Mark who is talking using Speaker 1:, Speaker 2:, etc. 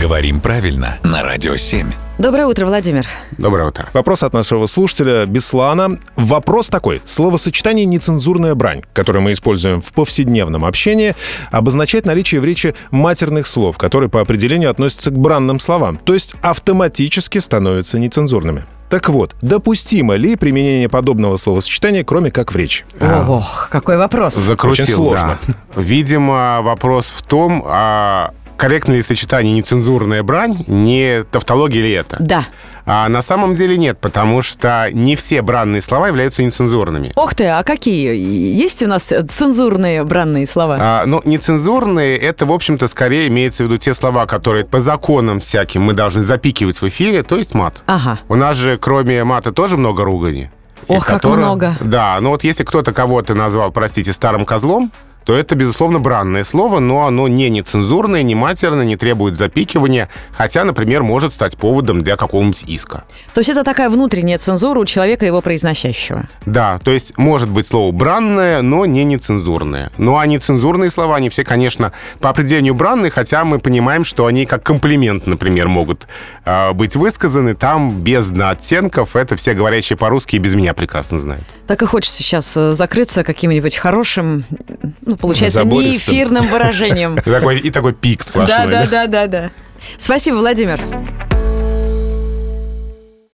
Speaker 1: Говорим правильно на Радио 7.
Speaker 2: Доброе утро, Владимир.
Speaker 3: Доброе утро.
Speaker 4: Вопрос от нашего слушателя Беслана. Вопрос такой. Словосочетание «нецензурная брань», которое мы используем в повседневном общении, обозначает наличие в речи матерных слов, которые по определению относятся к бранным словам, то есть автоматически становятся нецензурными. Так вот, допустимо ли применение подобного словосочетания, кроме как в речи?
Speaker 2: Ох, какой вопрос.
Speaker 3: Э, Закрутил,
Speaker 4: Очень сложно.
Speaker 3: да. Видимо, вопрос в том, а корректно ли сочетание нецензурная брань, не тавтология ли это?
Speaker 2: Да.
Speaker 3: А на самом деле нет, потому что не все бранные слова являются нецензурными.
Speaker 2: Ох ты, а какие? Есть у нас э, цензурные бранные слова?
Speaker 3: А, но нецензурные — это, в общем-то, скорее имеется в виду те слова, которые по законам всяким мы должны запикивать в эфире, то есть мат.
Speaker 2: Ага.
Speaker 3: У нас же, кроме мата, тоже много ругани. И
Speaker 2: Ох, как
Speaker 3: которые-
Speaker 2: много.
Speaker 3: Да, но вот если кто-то кого-то назвал, простите, старым козлом, то это, безусловно, бранное слово, но оно не нецензурное, не матерное, не требует запикивания, хотя, например, может стать поводом для какого-нибудь иска.
Speaker 2: То есть это такая внутренняя цензура у человека, его произносящего.
Speaker 3: Да, то есть может быть слово бранное, но не нецензурное. Ну а нецензурные слова, они все, конечно, по определению бранные, хотя мы понимаем, что они как комплимент, например, могут э, быть высказаны. Там бездна оттенков, это все говорящие по-русски и без меня прекрасно знают.
Speaker 2: Так и хочется сейчас э, закрыться каким-нибудь хорошим, ну, получается, не
Speaker 4: Забористым.
Speaker 2: эфирным выражением.
Speaker 3: И такой, и такой пик сплошной.
Speaker 2: Да, да, да, да, да. Спасибо, Владимир.